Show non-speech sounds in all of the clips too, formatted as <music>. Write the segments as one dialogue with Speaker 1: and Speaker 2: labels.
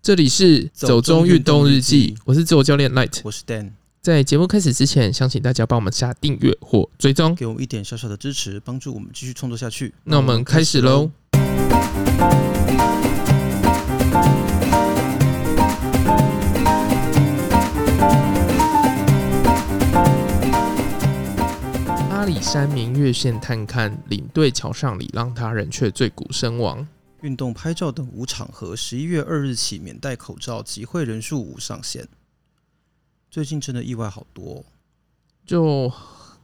Speaker 1: 这里是走
Speaker 2: 走
Speaker 1: 中
Speaker 2: 中
Speaker 1: 运
Speaker 2: 运
Speaker 1: 动
Speaker 2: 动
Speaker 1: 日
Speaker 2: 日
Speaker 1: 记
Speaker 2: 记，
Speaker 1: 我是自由教练 Light。
Speaker 2: 我是 Dan，
Speaker 1: 在节目开始之前，想请大家帮我们下订阅或追踪。
Speaker 2: 给我们一点小小的支持，帮助我们继续创作下去。
Speaker 1: 那我们开始喽。。阿里山明月线探勘，领队桥上礼让他人，却醉骨身亡。
Speaker 2: 运动、拍照等无场合，十一月二日起免戴口罩，集会人数无上限。最近真的意外好多哦、
Speaker 1: 就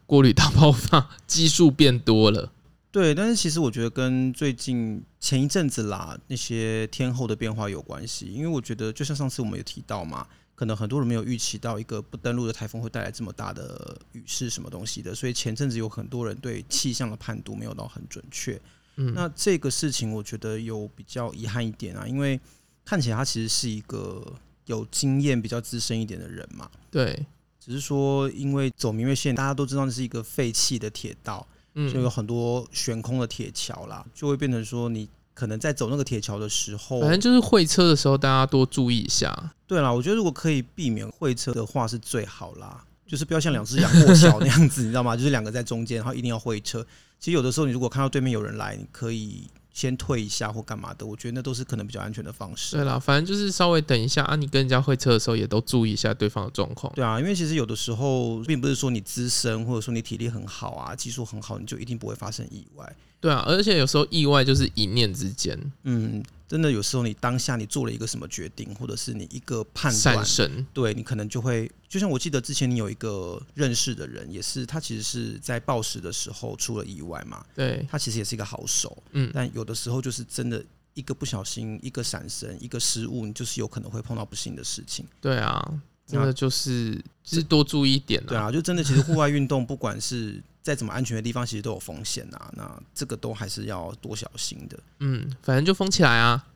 Speaker 1: 国旅大爆发，基数变多了。
Speaker 2: 对，但是其实我觉得跟最近前一阵子啦那些天后的变化有关系，因为我觉得就像上次我们有提到嘛，可能很多人没有预期到一个不登陆的台风会带来这么大的雨势什么东西的，所以前阵子有很多人对气象的判读没有到很准确。
Speaker 1: 嗯，
Speaker 2: 那这个事情我觉得有比较遗憾一点啊，因为看起来他其实是一个有经验、比较资深一点的人嘛，
Speaker 1: 对，
Speaker 2: 只是说因为走明月线，大家都知道这是一个废弃的铁道。就有
Speaker 1: 嗯，
Speaker 2: 很多悬空的铁桥啦，就会变成说你可能在走那个铁桥的时候，
Speaker 1: 反正就是会车的时候，大家多注意一下。
Speaker 2: 对啦，我觉得如果可以避免会车的话是最好啦，就是不要像两只羊过桥那样子，你知道吗？就是两个在中间，然后一定要会车。其实有的时候你如果看到对面有人来，你可以先退一下或干嘛的，我觉得那都是可能比较安全的方式
Speaker 1: 对。啦，反正就是稍微等一下啊，你跟人家会车的时候也都注意一下对方的状况。
Speaker 2: 对啊，因为其实有的时候并不是说你资深或者说你体力很好啊、技术很好，你就一定不会发生意外。
Speaker 1: 对啊，而且有时候意外就是一念之间
Speaker 2: 嗯，真的有时候你当下你做了一个什么决定，或者是你一个判
Speaker 1: 闪，
Speaker 2: 断
Speaker 1: 神。
Speaker 2: 对你可能就会，就像我记得之前你有一个认识的人，也是他其实是在暴食的时候出了意外嘛，
Speaker 1: 对，
Speaker 2: 他其实也是一个好手，
Speaker 1: 嗯，
Speaker 2: 但有的时候就是真的一个不小心、一个闪身、一个失误，你就是有可能会碰到不幸的事情。
Speaker 1: 对啊，真
Speaker 2: 那
Speaker 1: 的就是就是多注意一点
Speaker 2: 对
Speaker 1: 啊。
Speaker 2: 啊，就真的其实户外运动，不管是再怎么安全的地方，其实都有风险啊，那这个都还是要多小心的。
Speaker 1: 嗯，反正就封起来啊。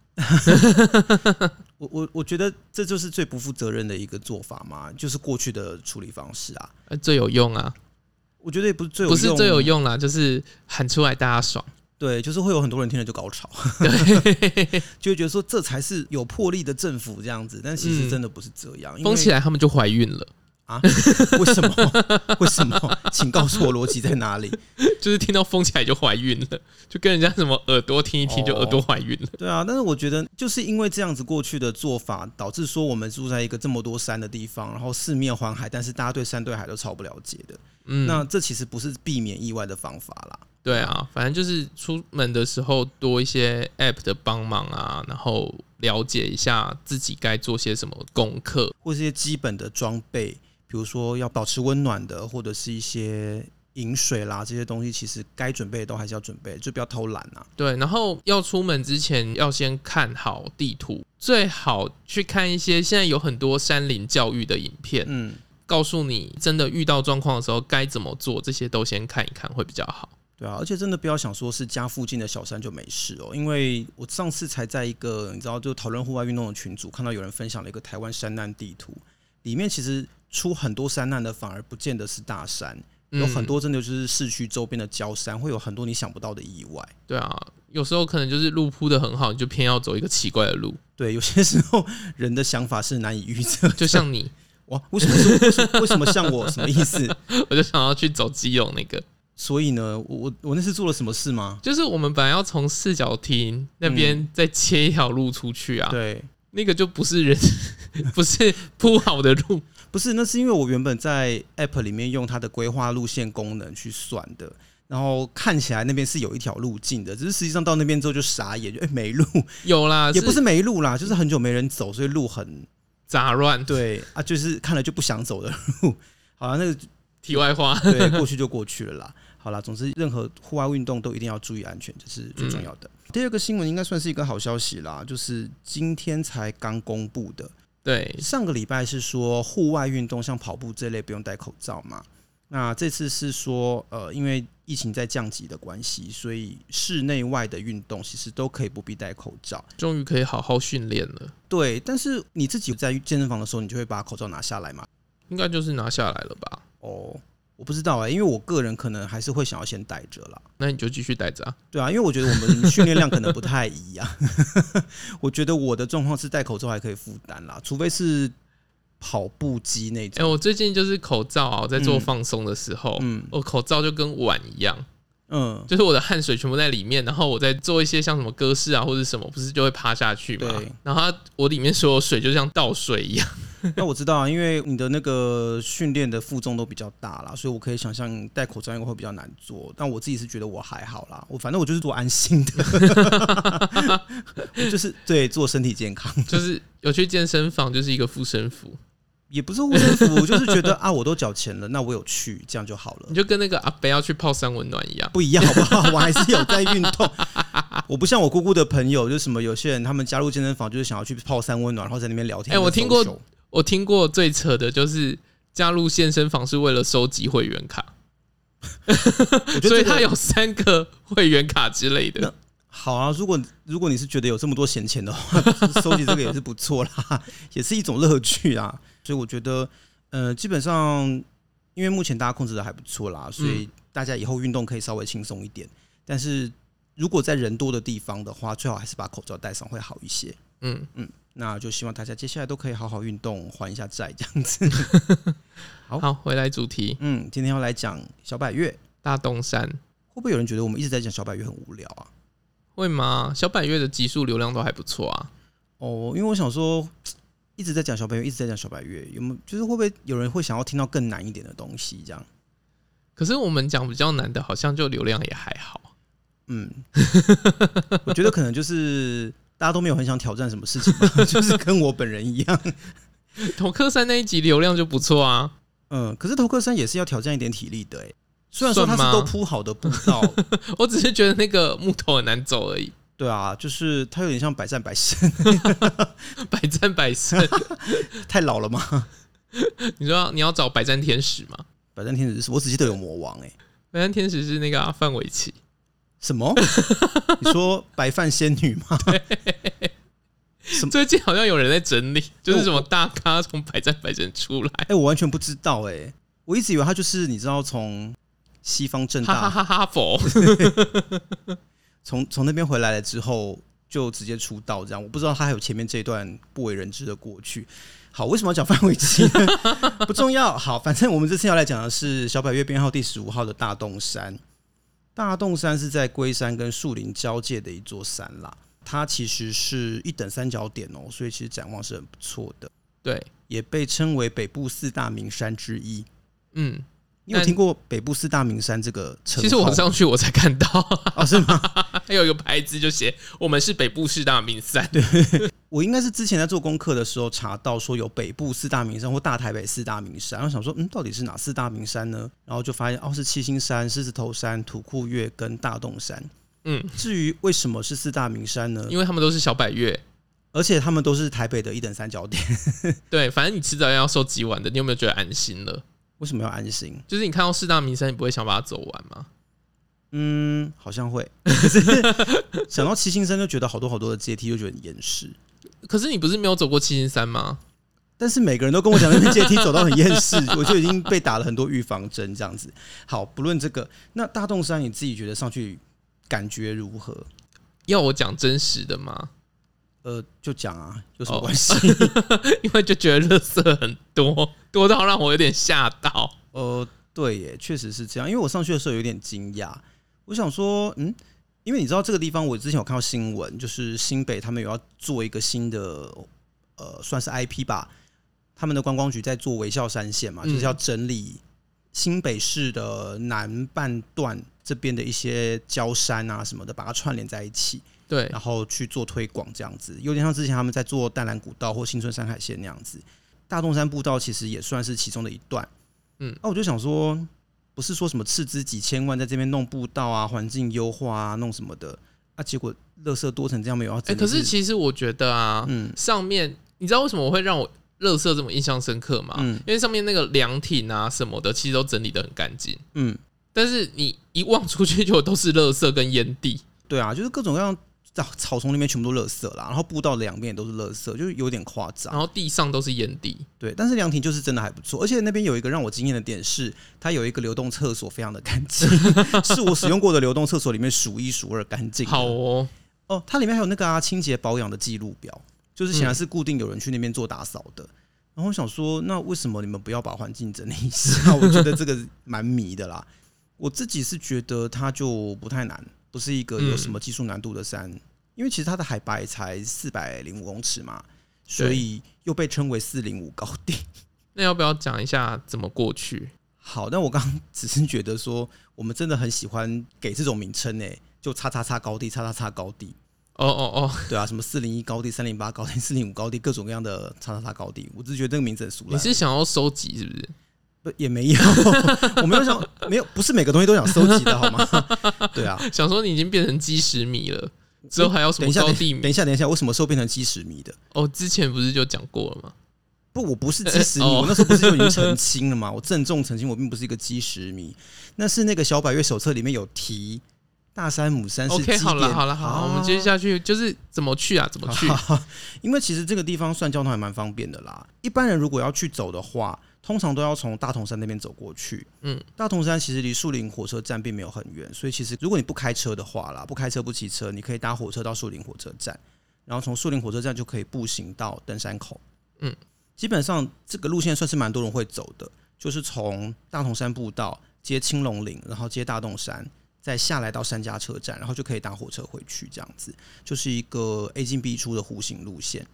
Speaker 2: 我我我觉得这就是最不负责任的一个做法嘛，就是过去的处理方式啊。
Speaker 1: 呃最有用啊，
Speaker 2: 我觉得也不是最有
Speaker 1: 不
Speaker 2: 用，
Speaker 1: 是最有，用啦，就是喊出来大家爽。
Speaker 2: 对，就是会有很多人听了就
Speaker 1: <laughs>
Speaker 2: 高潮， <laughs> 就会觉得说这才是有魄力的政府这样子，但其实
Speaker 1: 嗯
Speaker 2: 真的不是这样。因为
Speaker 1: 封起来他们就怀孕了， <laughs>
Speaker 2: 啊？为什么？为什么？请告诉我逻辑在哪里？
Speaker 1: 就是听到封起来就怀孕了，就跟人家什么耳朵听一听就
Speaker 2: 哦
Speaker 1: 耳朵怀孕了。
Speaker 2: 对啊，但是我觉得就是因为这样子过去的做法，导致说我们住在一个这么多山的地方，然后四面环海，但是大家对山对海都超不了解的。
Speaker 1: 嗯，
Speaker 2: 那这其实不是避免意外的方法啦。
Speaker 1: 对啊，反正就是出门的时候多一些 App 的帮忙啊，然后了解一下自己该做些什么功课。
Speaker 2: 或是一些基本的装备，比如说要保持温暖的，或者是一些饮水啦这些东西，其实该准备的都还是要准备，就不要偷懒啊。
Speaker 1: 对，然后要出门之前要先看好地图，最好去看一些现在有很多山林教育的影片，
Speaker 2: 嗯，
Speaker 1: 告诉你真的遇到状况的时候该怎么做，这些都先看一看会比较好。
Speaker 2: 对啊，而且真的不要想说是家附近的小山就没事哦，因为我上次才在一个你知道就讨论户外运动的群组看到有人分享了一个台湾山难地图，里面其实出很多山难的，反而不见得是大山，
Speaker 1: 嗯
Speaker 2: 有很多真的就是市区周边的郊山，会有很多你想不到的意外。
Speaker 1: 对啊，有时候可能就是路铺的很好，你就偏要走一个奇怪的路，
Speaker 2: 对，有些时候人的想法是难以预测的，
Speaker 1: 就像你， <laughs>
Speaker 2: 哇，为什么是为什么为什么像我？什么意思？ <laughs>
Speaker 1: 我就想要去走基隆那个，
Speaker 2: 所以呢，我我我那次做了什么事吗？
Speaker 1: 就是我们本来要从四角亭那边再切一条路出去啊，
Speaker 2: 嗯对，
Speaker 1: 那个就不是人， <laughs> 不是铺好的路，
Speaker 2: 不是，那是因为我原本在 App 里面用它的规划路线功能去算的，然后看起来那边是有一条路径的，只是实际上到那边之后就傻眼，就 <laughs> 哎、没路，
Speaker 1: 有啦，
Speaker 2: 也不是没路啦，就是很久没人走，所以路很
Speaker 1: 杂乱。，
Speaker 2: 对啊，就是看了就不想走的路。 <laughs> 好了，那个
Speaker 1: 题外话，
Speaker 2: 对，过去就过去了啦。好啦，总之任何户外运动都一定要注意安全，这是最重要的。第二个新闻应该算是一个好消息啦，就是今天才刚公布的。
Speaker 1: 对，
Speaker 2: 上个礼拜是说户外运动像跑步这类不用戴口罩嘛，那这次是说呃，因为疫情在降级的关系，所以室内外的运动其实都可以不必戴口罩。
Speaker 1: 终于可以好好训练了，
Speaker 2: 对，但是你自己在健身房的时候，你就会把口罩拿下来嘛？
Speaker 1: 应该就是拿下来了吧？
Speaker 2: 哦，我我不知道哎、因为我个人可能还是会想要先待着啦。
Speaker 1: 那你就继续待着啊。
Speaker 2: 对啊，因为我觉得我们训练量可能不太一样。 <laughs> 我觉得我的状况是戴口罩还可以负担啦，除非是跑步机那
Speaker 1: 哎、
Speaker 2: 种。
Speaker 1: 我最近就是口罩啊，我在做
Speaker 2: 嗯
Speaker 1: 放松的时候，
Speaker 2: 嗯
Speaker 1: 我口罩就跟碗一样，
Speaker 2: 嗯，
Speaker 1: 就是我的汗水全部在里面，然后我在做一些像什么歌式啊或者什么，不是就会趴下去嘛
Speaker 2: 对？
Speaker 1: 然后它我里面所有水就像倒水一样，
Speaker 2: 那我知道啊，因为你的那个训练的负重都比较大啦，所以我可以想象戴口罩应该会比较难做。但我自己是觉得我还好啦，我反正我就是做安心的， <laughs> 我就是对做身体健康， <laughs>
Speaker 1: 就是有去健身房就是一个护身符，
Speaker 2: 也不是护身符，我就是觉得啊，我都缴钱了，那我有去，这样就好了
Speaker 1: 你。就跟那个阿北要去泡三温暖一样。
Speaker 2: 不一样好不好？我还是有在运动。我不像我姑姑的朋友，就是什么有些人他们加入健身房就是想要去泡三温暖，然后在那边聊天。
Speaker 1: 哎我听过
Speaker 2: 跟 social
Speaker 1: 我听过最扯的就是加入健身房是为了收集会员卡，
Speaker 2: 我觉得
Speaker 1: 所以
Speaker 2: 这个
Speaker 1: 他有三个会员卡之类的。
Speaker 2: 好啊。如果如果你是觉得有这么多闲钱的话，收集这个也是不错啦，也是一种乐趣啊。所以我觉得，呃，基本上因为目前大家控制的还不错啦，
Speaker 1: 嗯
Speaker 2: 所以大家以后运动可以稍微轻松一点。但是如果在人多的地方的话，最好还是把口罩戴上会好一些。
Speaker 1: 嗯，
Speaker 2: 那就希望大家接下来都可以好好运动，还一下债这样子。 <laughs> <laughs> 好
Speaker 1: 好，回来主题，
Speaker 2: 嗯，今天要来讲小百月，
Speaker 1: 大东山
Speaker 2: 会不会有人觉得我们一直在讲小百月很无聊啊？
Speaker 1: 会吗？小百月的集数流量都还不错啊。
Speaker 2: 哦，因为我想说，一直在讲小百月，一直在讲小百月，有没有就是会不会有人会想要听到更难一点的东西？这样，
Speaker 1: 可是我们讲比较难的，好像就流量也还好。
Speaker 2: 嗯， <laughs> 我觉得可能就是大家都没有很想挑战什么事情
Speaker 1: <laughs>
Speaker 2: 吧，就是跟我本人一样。
Speaker 1: 头科山那一集流量就不错啊，
Speaker 2: 嗯，可是头克山也是要挑战一点体力的、欸，虽然说它
Speaker 1: 算
Speaker 2: 是
Speaker 1: 吗
Speaker 2: 都铺好的步
Speaker 1: <laughs>
Speaker 2: 道，
Speaker 1: 我只是觉得那个木头很难走而已， <laughs>
Speaker 2: 对啊，就是它有点像百战百胜， <laughs>
Speaker 1: 百战百胜。
Speaker 2: 太老了吗？
Speaker 1: 你说你要找百战天使吗？
Speaker 2: 百战天使是，我只记得有魔王、欸，哎，
Speaker 1: 百战天使是那个啊范玮琪， <laughs>
Speaker 2: 什么？ <laughs> 你说白饭仙女吗？
Speaker 1: 最近好像有人在整理，就是什么大咖从百战百胜出来，
Speaker 2: 哎、我完全不知道哎、我一直以为他就是你知道从西方正
Speaker 1: 哈哈
Speaker 2: 大
Speaker 1: 哈哈佛。 <laughs>
Speaker 2: 从从那边回来了之后就直接出道这样，我不知道他还有前面这一段不为人知的过去。好，为什么要讲范玮琪呢？ <laughs> 不重要。好，反正我们这次要来讲的是小百月编号第十五号的大洞山。大洞山是在龟山跟树林交界的一座山啦，它其实是一等三角点哦，所以其实展望是很不错的，
Speaker 1: 对，
Speaker 2: 也被称为北部四大名山之一。
Speaker 1: 嗯，
Speaker 2: 你有
Speaker 1: 但
Speaker 2: 听过北部四大名山这个称号？
Speaker 1: 其实我上去我才看到，
Speaker 2: 哦，是吗？
Speaker 1: <laughs> 还有一个牌子就写我们是北部四大名山。
Speaker 2: 我应该是之前在做功课的时候查到说有北部四大名山或大台北四大名山，然后想说，嗯，到底是哪四大名山呢？然后就发现哦，是七星山、狮子头山、土库岳跟大洞山。
Speaker 1: 嗯，
Speaker 2: 至于为什么是四大名山呢？
Speaker 1: 因为他们都是小百月。
Speaker 2: 而且他们都是台北的一等三角点， <laughs>
Speaker 1: 对，反正你迟早要收集完的，你有没有觉得安心了？
Speaker 2: 为什么要安心？
Speaker 1: 就是你看到四大名山，你不会想把它走完吗？
Speaker 2: 嗯，好像会。 <laughs> 可是想到七星山就觉得好多好多的阶梯，就觉得很厌世。
Speaker 1: 可是你不是没有走过七星山吗？
Speaker 2: 但是每个人都跟我讲那边阶梯走到很厌世， <laughs> 我就已经被打了很多预防针这样子。好，不论这个，那大洞山你自己觉得上去感觉如何？
Speaker 1: 要我讲真实的吗？ <laughs>
Speaker 2: 呃，就讲啊，有什
Speaker 1: 哦
Speaker 2: 么关系？
Speaker 1: 因为就觉得垃圾很多，多到让我有点吓到。
Speaker 2: 呃，对耶，确实是这样。因为我上去的时候有点惊讶，我想说，嗯，因为你知道这个地方，我之前有看到新闻，就是新北他们有要做一个新的，呃，算是 IP 吧，他们的观光局在做微笑山线嘛，
Speaker 1: 嗯
Speaker 2: 就是要整理新北市的南半段这边的一些礁山啊什么的，把它串联在一起。
Speaker 1: 对，
Speaker 2: 然后去做推广，这样子有点像之前他们在做淡蓝古道或新春山海线那样子。大洞山步道其实也算是其中的一段。
Speaker 1: 嗯
Speaker 2: 那、我就想说，不是说什么斥资几千万在这边弄步道啊、环境优化啊、弄什么的啊，结果垃圾多成这样没有要
Speaker 1: 哎、
Speaker 2: 整理、
Speaker 1: 可是其实我觉得啊，
Speaker 2: 嗯
Speaker 1: 上面你知道为什么我会让我乐色这么印象深刻吗？
Speaker 2: 嗯
Speaker 1: 因为上面那个凉亭啊什么的，其实都整理的很干净，
Speaker 2: 嗯，
Speaker 1: 但是你一望出去就都是乐色跟烟蒂。
Speaker 2: 对啊，就是各种各样草草丛里面全部都垃圾啦，然后步道的两边也都是垃圾，就是有点夸张
Speaker 1: 然。后地上都是烟蒂，
Speaker 2: 对，但是凉亭就是真的还不错，而且那边有一个让我惊艳的点是，它有一个流动厕所，非常的干净， <laughs> 是我使用过的流动厕所里面数一数二干净的。
Speaker 1: 好哦，
Speaker 2: 哦，它里面还有那个啊清洁保养的记录表，就是
Speaker 1: 嗯
Speaker 2: 显然是固定有人去那边做打扫的。然后我想说，那为什么你们不要把环境整理一下？ <laughs> 我觉得这个蛮迷的啦。我自己是觉得它就不太难，不是一个有什么
Speaker 1: 嗯
Speaker 2: 技术难度的山，因为其实它的海拔也才四百零五公尺嘛，所
Speaker 1: 对
Speaker 2: 以又被称为四零五高地。
Speaker 1: 那要不要讲一下怎么过去？
Speaker 2: 好，但我刚刚只是觉得说，我们真的很喜欢给这种名称诶、就叉叉叉高地，叉叉叉高地，
Speaker 1: 哦哦哦，
Speaker 2: 对啊，什么四零一高地、三零八高地、 <laughs> 四零五高地，各种各样的叉叉叉高地，我只是觉得这个名字很俗
Speaker 1: 你
Speaker 2: 烂，
Speaker 1: 是想要收集是不是？
Speaker 2: 不也没有， <laughs> 我没有想，没有，不是每个东西都想收集的好吗？ <laughs> 对啊，
Speaker 1: 想说你已经变成基石迷了，之后还有什
Speaker 2: 等
Speaker 1: 么
Speaker 2: 一下，
Speaker 1: 高
Speaker 2: 等
Speaker 1: 地
Speaker 2: 一
Speaker 1: 迷？
Speaker 2: 下，等一下，我什么时候变成基石迷的？
Speaker 1: 哦，之前不是就讲过了吗？
Speaker 2: 不，我不是
Speaker 1: <laughs>
Speaker 2: 基石迷，
Speaker 1: 呃哦
Speaker 2: 我那时候不是就已经澄清了吗？我郑重澄清，我并不是一个基石迷。那是那个小百月手册里面有提，大山母山是
Speaker 1: OK，
Speaker 2: 基
Speaker 1: 好了
Speaker 2: 点哦
Speaker 1: 好了好了，我们接下去就是怎么去啊？怎么去？
Speaker 2: <laughs> 因为其实这个地方算交通还蛮方便的啦。一般人如果要去走的话，通常都要从大同山那边走过去。
Speaker 1: 嗯，
Speaker 2: 大同山其实离树林火车站并没有很远，所以其实如果你不开车的话啦，不开车不骑车，你可以搭火车到树林火车站，然后从树林火车站就可以步行到登山口。
Speaker 1: 嗯，
Speaker 2: 基本上这个路线算是蛮多人会走的，就是从大同山步道接青龙岭，然后接大洞山。再下来到三家车站，然后就可以搭火车回去，这样子就是一个 A 进 B 出的弧形路线。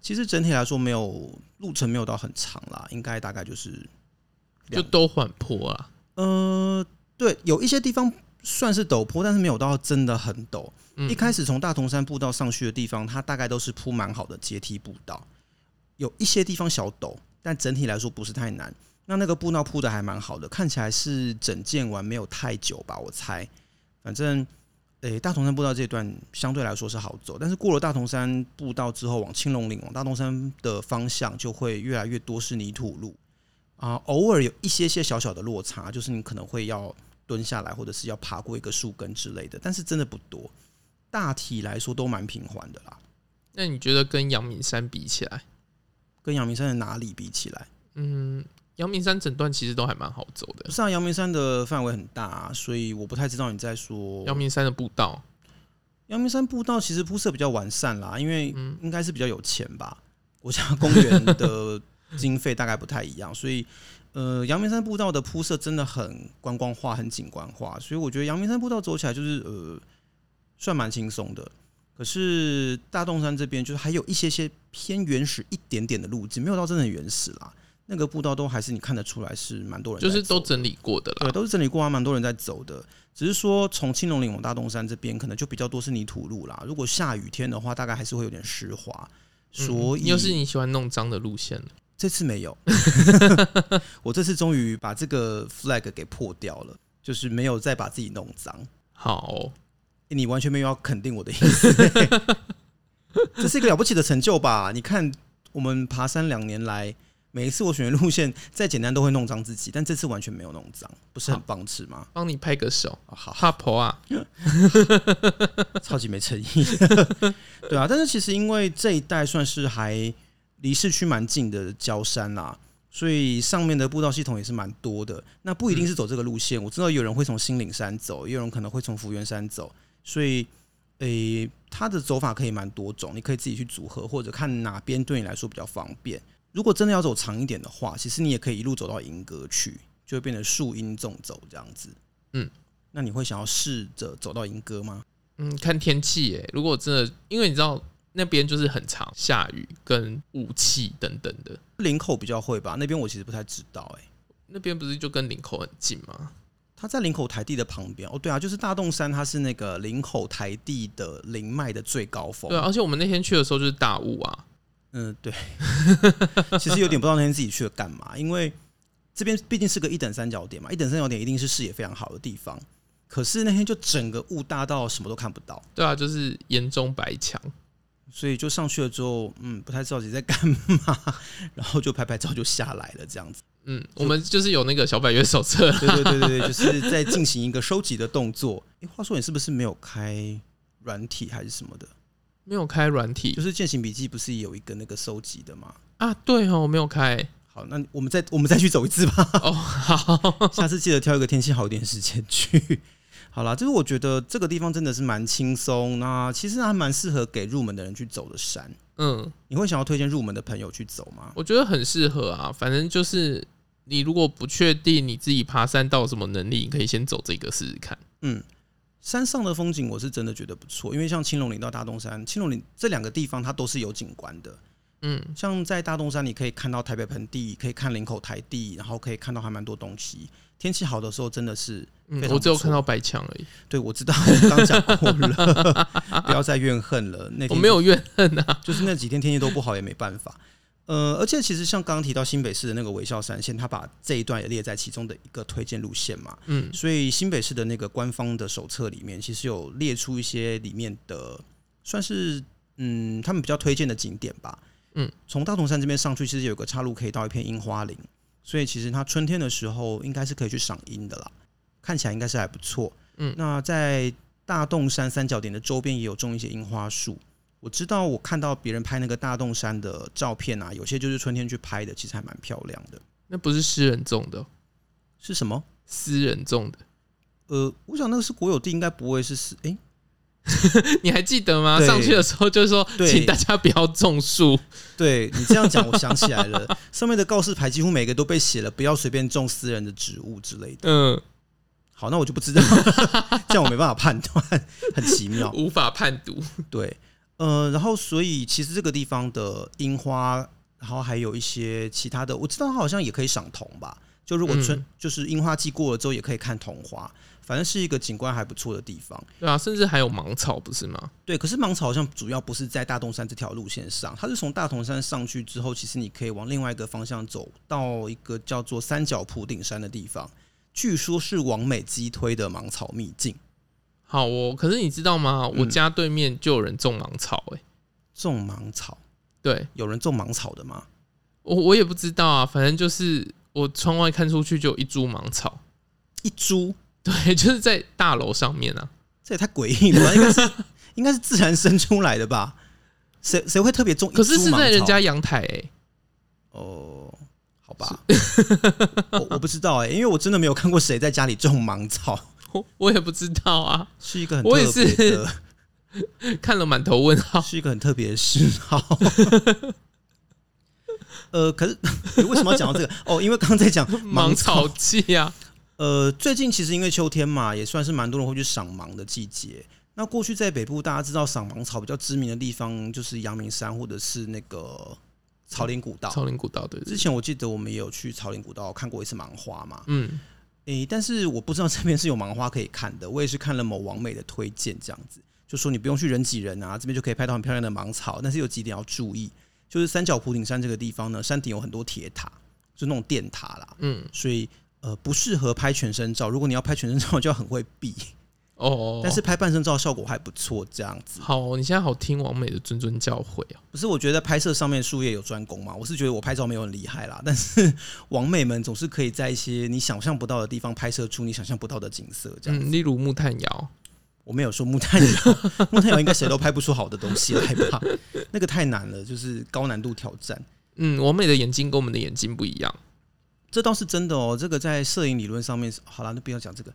Speaker 2: 其实整体来说没有路程没有到很长啦，应该大概就是
Speaker 1: 就
Speaker 2: 两
Speaker 1: 都缓坡啊。
Speaker 2: 呃，对，有一些地方算是陡坡，但是没有到真的很陡。
Speaker 1: 嗯
Speaker 2: 一开始从大同山步道上去的地方，它大概都是铺蛮好的阶梯步道，有一些地方小陡，但整体来说不是太难。那那个步道铺的还蛮好的，看起来是整建完没有太久吧，我猜。反正，诶、大同山步道这段相对来说是好走，但是过了大同山步道之后，往青龙岭、往大同山的方向，就会越来越多是泥土路。啊，偶尔有一些些小小的落差，就是你可能会要蹲下来，或者是要爬过一个树根之类的，但是真的不多。大体来说都蛮平缓的啦，
Speaker 1: 那你觉得跟阳明山比起来，
Speaker 2: 跟阳明山的哪里比起来？
Speaker 1: 嗯，阳明山整段其实都还蛮好走
Speaker 2: 不
Speaker 1: 的。
Speaker 2: 是啊，阳明山的范围很大、啊所以我不太知道你在说
Speaker 1: 阳明山的步道，
Speaker 2: 阳明山步道其实铺设比较完善啦，因为
Speaker 1: 嗯
Speaker 2: 应该是比较有钱吧，国家公园的经费大概不太一样，所以呃，阳明山步道的铺设真的很观光化、很景观化，所以我觉得阳明山步道走起来就是呃，算蛮轻松的。可是大洞山这边就是还有一些些偏原始一点点的路径，没有到真的很原始啦。那个步道都还是你看得出来是蛮多人在
Speaker 1: 就是
Speaker 2: 走
Speaker 1: 都
Speaker 2: 的
Speaker 1: 整理过的
Speaker 2: 对，
Speaker 1: 啦。嗯
Speaker 2: 都是整理过啊，蛮多人在走的。只是说从青龙岭往大东山这边，可能就比较多是泥土路啦。如果下雨天的话，大概还是会有点湿滑。所以、
Speaker 1: 嗯又是你喜欢弄脏的路线了
Speaker 2: 这次
Speaker 1: <laughs>
Speaker 2: 没有，我这次终于把这个 flag 给破掉了，就是没有再把自己弄脏。
Speaker 1: 好哦，
Speaker 2: 诶你完全没有要肯定我的意思、嘿 <laughs> 这是一个了不起的成就吧？你看我们爬山两年来。每一次我选的路线再简单都会弄脏自己，但这次完全没有弄脏，不是很棒吃吗？
Speaker 1: 帮你拍个手，
Speaker 2: 啊好，
Speaker 1: 哈婆啊，
Speaker 2: 超级没诚意。 <laughs> 对啊，但是其实因为这一带算是还离市区蛮近的郊山啦，所以上面的步道系统也是蛮多的。那不一定是走这个路线，我知道有人会从新岭山走，也有人可能会从福源山走，所以。诶、它的走法可以蛮多种，你可以自己去组合，或者看哪边对你来说比较方便。如果真的要走长一点的话，其实你也可以一路走到银阁去，就会变成树荫纵走这样子。
Speaker 1: 嗯，
Speaker 2: 那你会想要试着走到银阁吗？
Speaker 1: 嗯，看天气耶。如果真的，因为你知道那边就是很常下雨跟雾气等等的，
Speaker 2: 林口比较会吧，那边我其实不太知道、欸。
Speaker 1: 那边不是就跟林口很近吗？
Speaker 2: 它在林口台地的旁边。哦，对啊，就是大洞山，它是那个林口台地的林脉的最高峰。
Speaker 1: 对啊，而且我们那天去的时候就是大雾啊，
Speaker 2: 嗯，对。 <laughs> 其实有点不知道那天自己去了干嘛，因为这边毕竟是个一等三角点嘛，一等三角点一定是视野非常好的地方。可是那天就整个雾大到什么都看不到，
Speaker 1: 对啊，就是眼中白墙。
Speaker 2: 所以就上去了之后，嗯，不太知道自己在干嘛， <laughs> 然后就拍拍照就下来了，这样子。
Speaker 1: 嗯，我们就是有那个小百月手册，
Speaker 2: <laughs> 对对对对对，就是在进行一个收集的动作。诶，话说你是不是没有开软体还是什么的，
Speaker 1: 没有开软体
Speaker 2: 就是践行笔记不是有一个那个收集的吗？
Speaker 1: 啊？对哦，我没有开
Speaker 2: 好，那我们再我们再去走一次吧。
Speaker 1: 哦。 <laughs> 好，
Speaker 2: 下次记得挑一个天气好一点的时间去。 <laughs> 好啦，就是我觉得这个地方真的是蛮轻松，那其实还蛮适合给入门的人去走的山。
Speaker 1: 嗯，
Speaker 2: 你会想要推荐入门的朋友去走吗？
Speaker 1: 我觉得很适合啊。反正就是你如果不确定你自己爬山到什么能力，你可以先走这个试试看。
Speaker 2: 嗯，山上的风景我是真的觉得不错，因为像青龙岭到大东山，青龙岭这两个地方它都是有景观的。
Speaker 1: 嗯，
Speaker 2: 像在大东山，你可以看到台北盆地，可以看林口台地，然后可以看到还蛮多东西。天气好的时候，真的是
Speaker 1: 嗯
Speaker 2: 非常不错
Speaker 1: 我只有看到白墙而已，
Speaker 2: 对我知道， <laughs> 我刚讲过了， <laughs> 不要再怨恨了。那天
Speaker 1: 我没有怨恨啊。
Speaker 2: 就是那几天天气都不好，也没办法。呃，而且其实像刚刚提到新北市的那个微笑山线，它把这一段也列在其中的一个推荐路线嘛，
Speaker 1: 嗯
Speaker 2: 所以新北市的那个官方的手册里面，其实有列出一些里面的算是嗯他们比较推荐的景点吧。
Speaker 1: 嗯，
Speaker 2: 从大同山这边上去，其实有个岔路可以到一片樱花林，所以其实它春天的时候应该是可以去赏樱的啦，看起来应该是还不错。
Speaker 1: 嗯
Speaker 2: 那在大洞山三角点的周边也有种一些樱花树。我知道，我看到别人拍那个大洞山的照片啊，有些就是春天去拍的，其实还蛮漂亮的。
Speaker 1: 那不是私人种的哦，
Speaker 2: 是什么？
Speaker 1: 私人种的， <laughs>
Speaker 2: 呃，我想那个是国有地，应该不会是是诶，
Speaker 1: 你还记得吗？
Speaker 2: 对
Speaker 1: 上去的时候就说，
Speaker 2: 对
Speaker 1: 请大家不要种树。
Speaker 2: 对你这样讲，我想起来了， <laughs> 上面的告示牌几乎每个都被写了，不要随便种私人的植物之类的。
Speaker 1: 嗯，
Speaker 2: 好，那我就不知道 <laughs> 了，这样我没办法判断，很奇妙。
Speaker 1: 无法判读。
Speaker 2: 对，呃，然后所以其实这个地方的樱花，然后还有一些其他的，我知道它好像也可以赏桐吧。就如果春、
Speaker 1: 嗯
Speaker 2: 就是樱花季过了之后，也可以看桐花，反正是一个景观还不错的地方。
Speaker 1: 对啊，甚至还有芒草，不是吗？
Speaker 2: 对，可是芒草好像主要不是在大东山这条路线上，它是从大同山上去之后，其实你可以往另外一个方向走到一个叫做三角埔顶山的地方，据说是王美基推的芒草秘境。
Speaker 1: 好哦，可是你知道吗？
Speaker 2: 嗯
Speaker 1: 我家对面就有人种芒草、欸，
Speaker 2: 种芒草，
Speaker 1: 对
Speaker 2: 有人种芒草的吗？
Speaker 1: 我我也不知道啊，反正就是我窗外看出去就有一株芒草，
Speaker 2: 一株，
Speaker 1: 对， <laughs> 就是在大楼上面啊，
Speaker 2: 这也太诡异了吧？应
Speaker 1: <laughs>
Speaker 2: 该是应该是自然生出来的吧？谁谁会特别种一株
Speaker 1: 可是是
Speaker 2: 芒
Speaker 1: 在人
Speaker 2: 草
Speaker 1: 家阳台、欸，
Speaker 2: 哦，好吧，我我不知道哎、因为我真的没有看过谁在家里种
Speaker 1: <laughs>
Speaker 2: 芒草，
Speaker 1: 我我也不知道啊，
Speaker 2: 是一个很
Speaker 1: 我也
Speaker 2: 特别
Speaker 1: 是
Speaker 2: 的。
Speaker 1: 看了满头问
Speaker 2: <laughs>
Speaker 1: 号。
Speaker 2: 是一个很特别的嗜
Speaker 1: <laughs>
Speaker 2: 好。呃，可是 <laughs> 你为什么要讲到这个？哦，因为刚刚在
Speaker 1: <laughs>
Speaker 2: 讲
Speaker 1: 芒
Speaker 2: 芒
Speaker 1: 草。季啊，
Speaker 2: 呃，最近其实因为秋天嘛，也算是蛮多人会去赏芒的季节。那过去在北部，大家知道赏芒草比较知名的地方就是阳明山或者是那个 <laughs> 草林古道。
Speaker 1: 草林古道对，对
Speaker 2: 之前我记得我们也有去草林古道看过一次芒花嘛，
Speaker 1: 嗯，
Speaker 2: 诶、但是我不知道这边是有芒花可以看的，我也是看了某网美的推荐，这样子就说你不用去人挤人啊，这边就可以拍到很漂亮的芒草，但是有几点要注意，就是三角普顶山这个地方呢，山顶有很多铁塔，就那种电塔啦，
Speaker 1: 嗯，
Speaker 2: 所以呃不适合拍全身照，如果你要拍全身照就要很会避，
Speaker 1: 哦哦，哦
Speaker 2: 但是拍半身照效果还不错，这样子。
Speaker 1: 好哦，你现在好听王美的谆谆教诲哦。
Speaker 2: 不是，我觉得拍摄上面术业有专攻嘛，我是觉得我拍照没有很厉害啦，但是王美们总是可以在一些你想象不到的地方拍摄出你想象不到的景色，这样。
Speaker 1: 嗯，例如木炭窑，
Speaker 2: 我没有说木炭窑， <laughs> 木炭窑应该谁都拍不出好的东西来吧？那个太难了，就是高难度挑战。
Speaker 1: 嗯，王美的眼睛跟我们的眼睛不一样。
Speaker 2: 这倒是真的哦，这个在摄影理论上面是，好啦，那不要讲这个。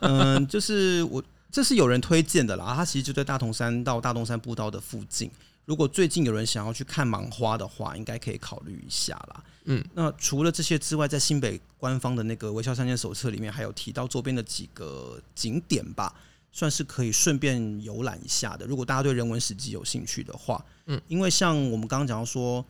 Speaker 2: 嗯，就是我这是有人推荐的啦，他其实就在大同山到大东山步道的附近。如果最近有人想要去看芒花的话，应该可以考虑一下啦。
Speaker 1: 嗯，
Speaker 2: 那除了这些之外，在新北官方的那个微笑山间手册里面，还有提到周边的几个景点吧，算是可以顺便游览一下的。如果大家对人文史迹有兴趣的话，
Speaker 1: 嗯，
Speaker 2: 因为像我们刚刚讲到说，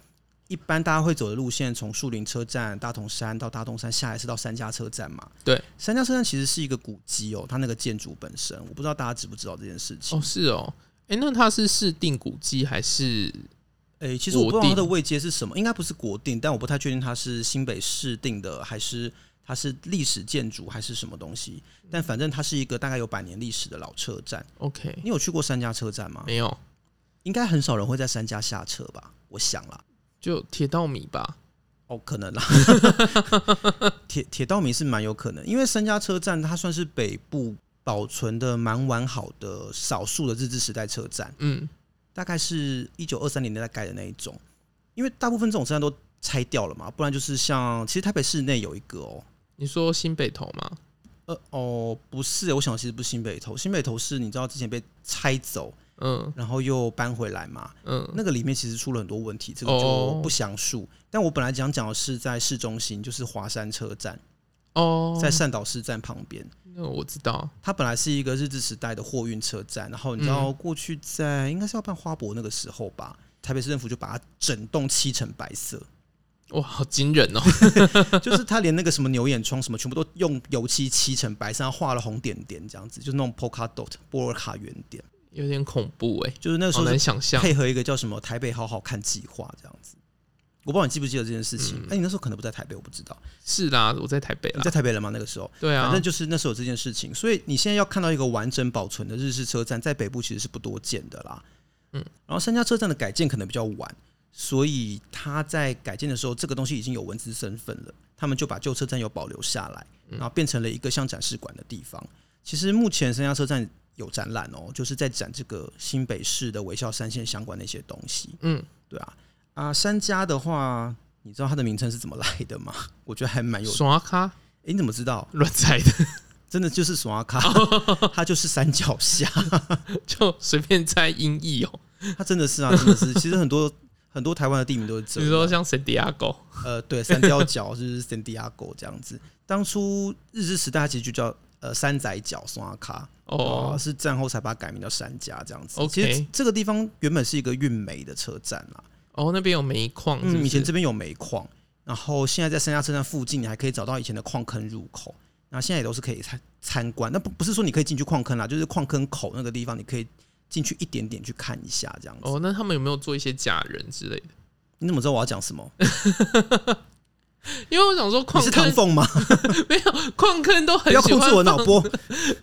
Speaker 2: 一般大家会走的路线，从树林车站、大同山到大东山，下来是到三家车站嘛。
Speaker 1: 对，
Speaker 2: 三家车站其实是一个古迹哦，它那个建筑本身，我不知道大家知不知道这件事情。
Speaker 1: 哦，是哦，哎、那它是市定古迹还是
Speaker 2: 诶、其实我不知
Speaker 1: 国
Speaker 2: 道
Speaker 1: 定
Speaker 2: 它的位阶是什么，应该不是国定，但我不太确定它是新北市定的，还是它是历史建筑，还是什么东西。但反正它是一个大概有百年历史的老车站。
Speaker 1: OK？
Speaker 2: 你有去过三家车站吗？
Speaker 1: 没有，
Speaker 2: 应该很少人会在三家下车吧？我想啦，
Speaker 1: 就铁道米吧。
Speaker 2: 哦，可
Speaker 1: <laughs>
Speaker 2: 能啦。铁铁道迷是蛮有可能，因为三家车站它算是北部保存的蛮完好的少数的日治时代车站，
Speaker 1: 嗯，
Speaker 2: 大概是一九二三年代盖的那一种，因为大部分这种车站都拆掉了嘛，不然就是像其实台北市内有一个哦，
Speaker 1: 你说新北投吗？
Speaker 2: 呃哦不是，我想其实不是新北投，新北投是你知道之前被拆走，
Speaker 1: 嗯
Speaker 2: 然后又搬回来嘛，
Speaker 1: 嗯
Speaker 2: 那个里面其实出了很多问题，这个
Speaker 1: 哦
Speaker 2: 就不详述。但我本来想讲的是在市中心，就是华山车站，
Speaker 1: 哦，
Speaker 2: 在善导市站旁边，
Speaker 1: 那我知道，
Speaker 2: 它本来是一个日治时代的货运车站。然后你知
Speaker 1: 嗯
Speaker 2: 道过去在应该是要办花博那个时候吧，台北市政府就把它整栋漆成白色，
Speaker 1: 哇，好惊人哦！
Speaker 2: 就是它连那个什么牛眼窗什么全部都用油漆漆成白色，然后画了红点点这样子，就那种 polka dot 波尔卡圆点，
Speaker 1: 有点恐怖哎、
Speaker 2: 就是那个时
Speaker 1: 好
Speaker 2: 候是
Speaker 1: 难想象。
Speaker 2: 配合一个叫什么“台北好好看”计划这样子。我不知道你记不记得这件事情，
Speaker 1: 嗯
Speaker 2: 哎、你那时候可能不在台北，我不知道。
Speaker 1: 是啦，我在台北
Speaker 2: 你
Speaker 1: 啦
Speaker 2: 在。台北了吗？那个时候，
Speaker 1: 对啊
Speaker 2: 反正，就是那时候有这件事情，所以你现在要看到一个完整保存的日式车站，在北部其实是不多见的啦。
Speaker 1: 嗯，
Speaker 2: 然后三家车站的改建可能比较晚，所以他在改建的时候，这个东西已经有文字身份了，他们就把旧车站有保留下来，
Speaker 1: 嗯
Speaker 2: 然后变成了一个像展示馆的地方。其实目前三家车站有展览哦，就是在展这个新北市的微笑三线相关的一些东西。
Speaker 1: 嗯，
Speaker 2: 对啊，啊，三家的话，你知道它的名称是怎么来的吗？ <laughs> 我觉得还蛮有，诶，
Speaker 1: 耍咖
Speaker 2: 你怎么知道？
Speaker 1: 乱猜的， <laughs>
Speaker 2: 真的就是索阿卡，它就是山脚下，
Speaker 1: 就随便猜音译哦。
Speaker 2: <laughs> 它真的是啊，真的是。其实很多很多台湾的地名都是这
Speaker 1: 你
Speaker 2: 样，啊
Speaker 1: 说像圣地亚哥，
Speaker 2: 呃，对，三貂角就是 San Diego 这样子。当初日治时代它其实就叫呃山仔角索阿卡，
Speaker 1: 哦
Speaker 2: 哦，是战后才把它改名叫山家这样子。
Speaker 1: OK
Speaker 2: 其实这个地方原本是一个运煤的车站啊啦，
Speaker 1: 哦，那边有煤矿，是不
Speaker 2: 嗯，以前
Speaker 1: 是
Speaker 2: 这边有煤矿，然后现在在三峡车站附近，你还可以找到以前的矿坑入口，然后现在也都是可以参参观。那不不是说你可以进去矿坑啦，就是矿坑口那个地方，你可以进去一点点去看一下这样子。
Speaker 1: 哦，那他们有没有做一些假人之类的？
Speaker 2: 你怎么知道我要讲什么？
Speaker 1: 因 <laughs> 为我想说
Speaker 2: 你
Speaker 1: 矿
Speaker 2: 是唐
Speaker 1: 坑，
Speaker 2: 凤吗？
Speaker 1: 矿坑都
Speaker 2: <laughs> 不
Speaker 1: 很
Speaker 2: 要
Speaker 1: 喜
Speaker 2: 控
Speaker 1: 欢
Speaker 2: 制我脑
Speaker 1: 放，
Speaker 2: 波， <laughs>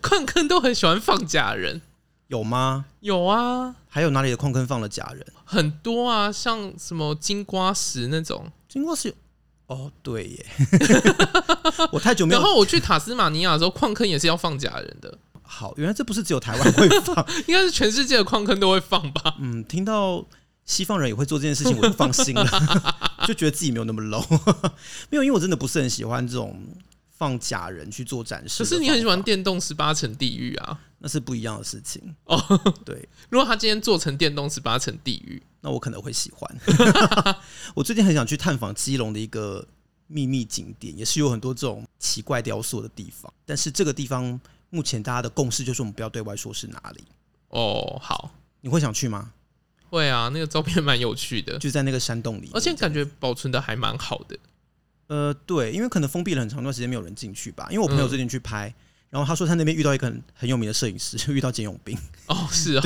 Speaker 1: 矿坑都很喜欢放假人。
Speaker 2: 有吗？
Speaker 1: 有啊，
Speaker 2: 还有哪里的矿坑放了假人？
Speaker 1: 很多啊，像什么金瓜石那种。
Speaker 2: 经过是有。哦，对耶， <laughs> 我太久没
Speaker 1: 然
Speaker 2: 有
Speaker 1: 后我去塔斯马尼亚的时候，矿坑也是要放假人的，
Speaker 2: 好，原来这不是只有台湾会放。
Speaker 1: 应该是全世界的矿坑都会放吧？
Speaker 2: 嗯，听到西方人也会做这件事情，我就放心了，
Speaker 1: <laughs>
Speaker 2: 就觉得自己没有那么 low。没 <laughs> 有，因为我真的不是很喜欢这种放假人去做展
Speaker 1: 可
Speaker 2: 示的方法。
Speaker 1: 是你很喜欢电动十八层地狱啊！
Speaker 2: 那是不一样的事情。
Speaker 1: 哦，
Speaker 2: 对，
Speaker 1: 如果他今天做成电动十八层地狱，
Speaker 2: 那我可能会喜
Speaker 1: <laughs>
Speaker 2: 欢。我最近很想去探访基隆的一个秘密景点，也是有很多这种奇怪雕塑的地方。但是这个地方目前大家的共识就是我们不要对外说是哪里。
Speaker 1: 哦，好，
Speaker 2: 你会想去吗？
Speaker 1: 会啊，那个照片蛮有趣的，
Speaker 2: 就在那个山洞里，
Speaker 1: 而且感觉保存的还蛮好的。
Speaker 2: 呃，对，因为可能封闭了很长一段时间，没有人进去吧。因为我朋友最近去拍，然后他说他那边遇到一个很很有名的摄影师， <laughs> 遇到简永斌，
Speaker 1: 哦，是
Speaker 2: <laughs>
Speaker 1: 哦，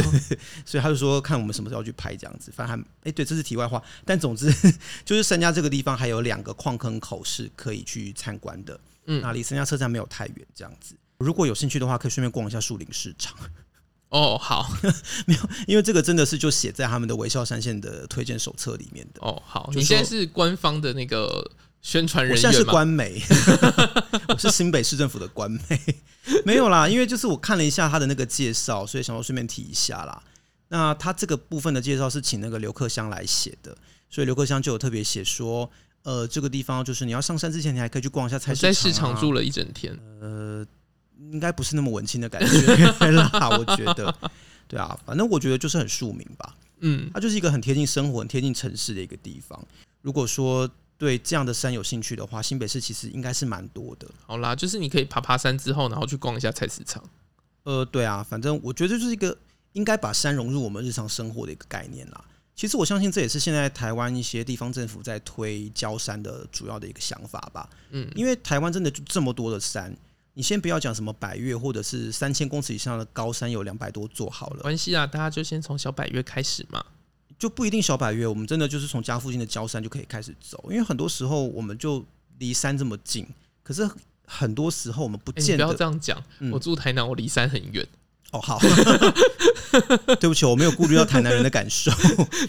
Speaker 2: 所以他就说看我们什么时候去拍这样子。反正还哎，对，这是题外话。但总之 <laughs> 就是三家这个地方还有两个矿坑口是可以去参观的，
Speaker 1: 嗯
Speaker 2: 那离三家车站没有太远这样子。如果有兴趣的话，可以顺便逛一下树林市场， <laughs>
Speaker 1: 哦，好，
Speaker 2: 因为这个真的是就写在他们的微笑山线的推荐手册里面的。
Speaker 1: 哦，好，
Speaker 2: 就
Speaker 1: 你
Speaker 2: 说
Speaker 1: 现在是官方的那个宣传
Speaker 2: 我
Speaker 1: 人
Speaker 2: 现在是
Speaker 1: 员吗？
Speaker 2: 官媒， <laughs> 我是新北市政府的官媒， <laughs> 没有啦，因为就是我看了一下他的那个介绍，所以想要顺便提一下啦。那他这个部分的介绍是请那个刘克湘来写的，所以刘克湘就有特别写说，呃，这个地方就是你要上山之前，你还啊可以去逛一下菜
Speaker 1: 我
Speaker 2: 市场、
Speaker 1: 在市场，住了一整天，
Speaker 2: 呃，应该不是那么文青的感觉 <laughs> 啦，我觉得，对啊，反正我觉得就是很庶民吧。
Speaker 1: 嗯，
Speaker 2: 它就是一个很贴近生活、很贴近城市的一个地方。如果说对这样的山有兴趣的话，新北市其实应该是蛮多的。
Speaker 1: 好啦，就是你可以爬爬山之后，然后去逛一下菜市场。
Speaker 2: 呃，对啊，反正我觉得就是一个应该把山融入我们日常生活的一个概念啦。其实我相信这也是现在台湾一些地方政府在推郊山的主要的一个想法吧。
Speaker 1: 嗯，
Speaker 2: 因为台湾真的就这么多的山，你先不要讲什么百越或者是三千公尺以上的高山有两百多座好
Speaker 1: 没
Speaker 2: 了，
Speaker 1: 关系啊，大家就先从小百月开始嘛。
Speaker 2: 就不一定小百越，我们真的就是从家附近的郊山就可以开始走，因为很多时候我们就离山这么近，可是很多时候我们不
Speaker 1: 哎、你
Speaker 2: 见
Speaker 1: 不
Speaker 2: 得、
Speaker 1: 要这样讲，
Speaker 2: 嗯
Speaker 1: 我住台南，我离山很远。 <laughs>
Speaker 2: 哦，好， <laughs> 对不起，我没有顾虑到台南人的感受。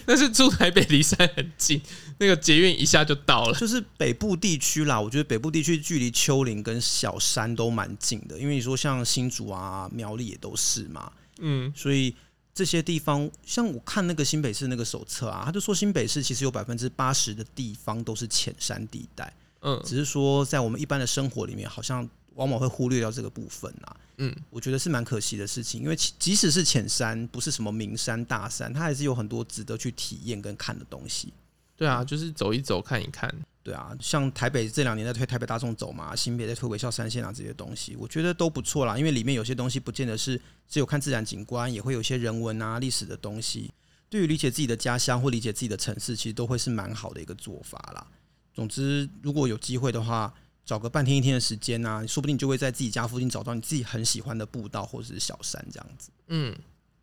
Speaker 1: 但是住台北离山很近，那个捷运一下就到 <laughs> 了。
Speaker 2: 就是北部地区啦，我觉得北部地区距离丘陵跟小山都蛮近的，因为你说像新竹啊、苗栗也都是嘛，
Speaker 1: 嗯，
Speaker 2: 所以这些地方，像我看那个新北市那个手册啊，他就说新北市其实有百分之八十的地方都是浅山地带，
Speaker 1: 嗯
Speaker 2: 只是说在我们一般的生活里面，好像往往会忽略掉这个部分啊。
Speaker 1: 嗯，
Speaker 2: 我觉得是蛮可惜的事情，因为其即使是浅山，不是什么名山大山，它还是有很多值得去体验跟看的东西。
Speaker 1: 对啊，就是走一走看一看。
Speaker 2: 对啊，像台北这两年在推台北大众走嘛，新北在推微笑三线啊这些东西，我觉得都不错啦。因为里面有些东西不见得是只有看自然景观，也会有一些人文啊、历史的东西。对于理解自己的家乡或理解自己的城市，其实都会是蛮好的一个做法啦。总之，如果有机会的话，找个半天一天的时间啊，说不定你就会在自己家附近找到你自己很喜欢的步道或者是小山这样子。
Speaker 1: 嗯，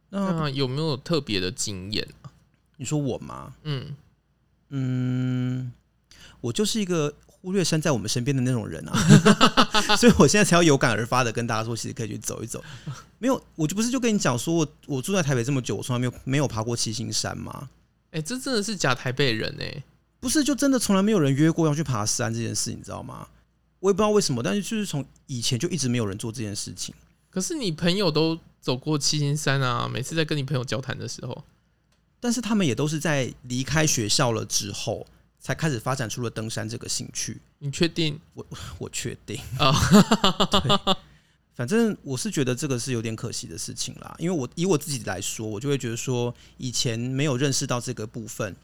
Speaker 2: 那
Speaker 1: 那有没有特别的经验？
Speaker 2: 你说我吗？
Speaker 1: 嗯，
Speaker 2: 嗯，我就是一个忽略山在我们身边的那种人啊， <laughs> 所以我现在才要有感而发的跟大家说，其实可以去走一走。没有，我就不是就跟你讲说，我我住在台北这么久，我从来没有没有爬过七星山吗？
Speaker 1: 哎、这真的是假台北人哎、
Speaker 2: 不是，就真的从来没有人约过要去爬山这件事，你知道吗？我也不知道为什么，但是就是从以前就一直没有人做这件事情。
Speaker 1: 可是你朋友都走过七星山啊，每次在跟你朋友交谈的时候，
Speaker 2: 但是他们也都是在离开学校了之后，才开始发展出了登山这个兴趣。
Speaker 1: 你确定？
Speaker 2: 我确定
Speaker 1: 哦
Speaker 2: 啊。 <laughs> 对反正我是觉得这个是有点可惜的事情啦，因为我以我自己来说，我就会觉得说以前没有认识到这个部分，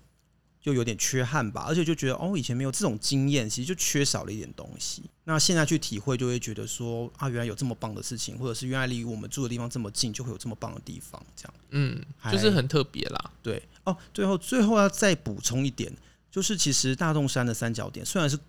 Speaker 2: 就有点缺憾吧，而且就觉得哦，以前没有这种经验，其实就缺少了一点东西。那现在去体会，就会觉得说啊，原来有这么棒的事情，或者是原来离我们住的地方这么近，就会有这么棒的地方，这样。
Speaker 1: 嗯，
Speaker 2: 还
Speaker 1: 就是很特别啦。
Speaker 2: 对哦，最后最后要再补充一点，就是其实大洞山的三角点虽然是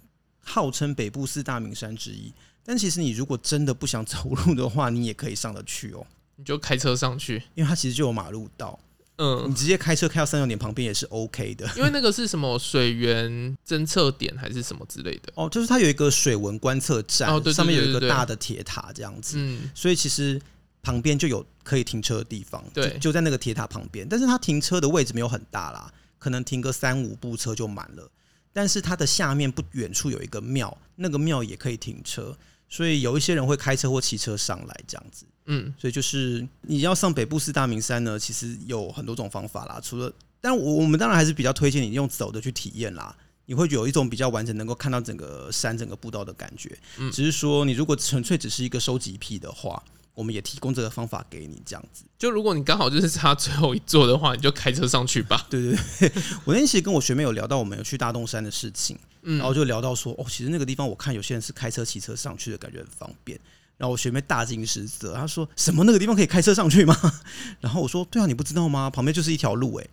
Speaker 2: 号称北部四大名山之一，但其实你如果真的不想走路的话，你也可以上得去哦，
Speaker 1: 你就开车上去，
Speaker 2: 因为它其实就有马路道，
Speaker 1: 嗯
Speaker 2: 你，直接开车开到三角点旁边也是 OK 的。
Speaker 1: 因为那个是什么水源侦测点还是什么之类的。
Speaker 2: 哦，就是它有一个水文观测站，
Speaker 1: 哦对对
Speaker 2: 上面有一
Speaker 1: 对对
Speaker 2: 个
Speaker 1: 对
Speaker 2: 大的铁塔这样子，
Speaker 1: 嗯，
Speaker 2: 所以其实旁边就有可以停车的地方，
Speaker 1: 对
Speaker 2: 就，就在那个铁塔旁边。但是它停车的位置没有很大啦，可能停个三五步车就满了。但是它的下面不远处有一个庙，那个庙也可以停车，所以有一些人会开车或骑车上来这样子。
Speaker 1: 嗯，
Speaker 2: 所以就是你要上北部四大名山呢，其实有很多种方法啦。除了，但我我们当然还是比较推荐你用走的去体验啦。你会有一种比较完整，能够看到整个山、整个步道的感觉。
Speaker 1: 嗯
Speaker 2: 只是说，你如果纯粹只是一个收集癖的话，我们也提供这个方法给你，这样子。
Speaker 1: 就如果你刚好就是差最后一座的话，你就开车上去吧。
Speaker 2: 对对对，我那天其实跟我学妹有聊到我们有去大东山的事情，
Speaker 1: 嗯
Speaker 2: 然后就聊到说，哦，其实那个地方我看有些人是开车、骑车上去的，感觉很方便。然后我学妹大惊失色，她说什么那个地方可以开车上去吗？ <laughs> 然后我说，对啊，你不知道吗？旁边就是一条路哎、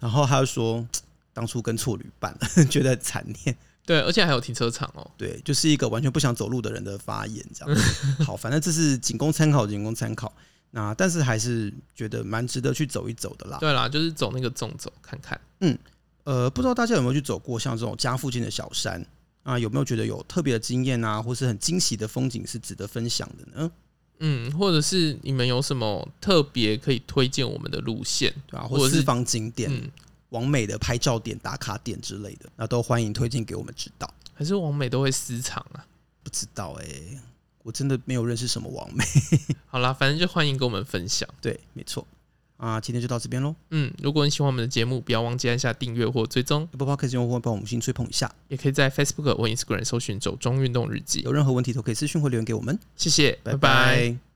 Speaker 2: 然后她就说，当初跟错旅伴了， <laughs> 觉得很残念。
Speaker 1: 对，而且还有停车场哦。
Speaker 2: 对，就是一个完全不想走路的人的发言这样子。好，反正这是仅供参考，仅供参考。那但是还是觉得蛮值得去走一走的啦。
Speaker 1: 对啦，就是走那个纵走看看。
Speaker 2: 呃，不知道大家有没有去走过像这种家附近的小山啊？有没有觉得有特别的经验啊，或是很惊喜的风景是值得分享的呢？
Speaker 1: 嗯，或者是你们有什么特别可以推荐我们的路线？
Speaker 2: 对啊，
Speaker 1: 或
Speaker 2: 或
Speaker 1: 者是
Speaker 2: 私房景点、
Speaker 1: 嗯，
Speaker 2: 完美的拍照点、打卡点之类的，那都欢迎推荐给我们知道。
Speaker 1: 还是王美都会私藏啊。
Speaker 2: 不知道哎、我真的没有认识什么王美。 <laughs>
Speaker 1: 好啦，反正就欢迎跟我们分享。
Speaker 2: 对，没错。啊，今天就到这边喽。
Speaker 1: 嗯，如果你喜欢我们的节目，不要忘记按下订阅或追踪，
Speaker 2: Apple Podcast 用户帮我们五星吹捧一下，
Speaker 1: 也可以在 Facebook 或 Instagram 搜寻“走中运动日记
Speaker 2: 有任何问题都可以私讯或留言给我们。”。
Speaker 1: 谢谢，拜
Speaker 2: 拜
Speaker 1: 拜
Speaker 2: 拜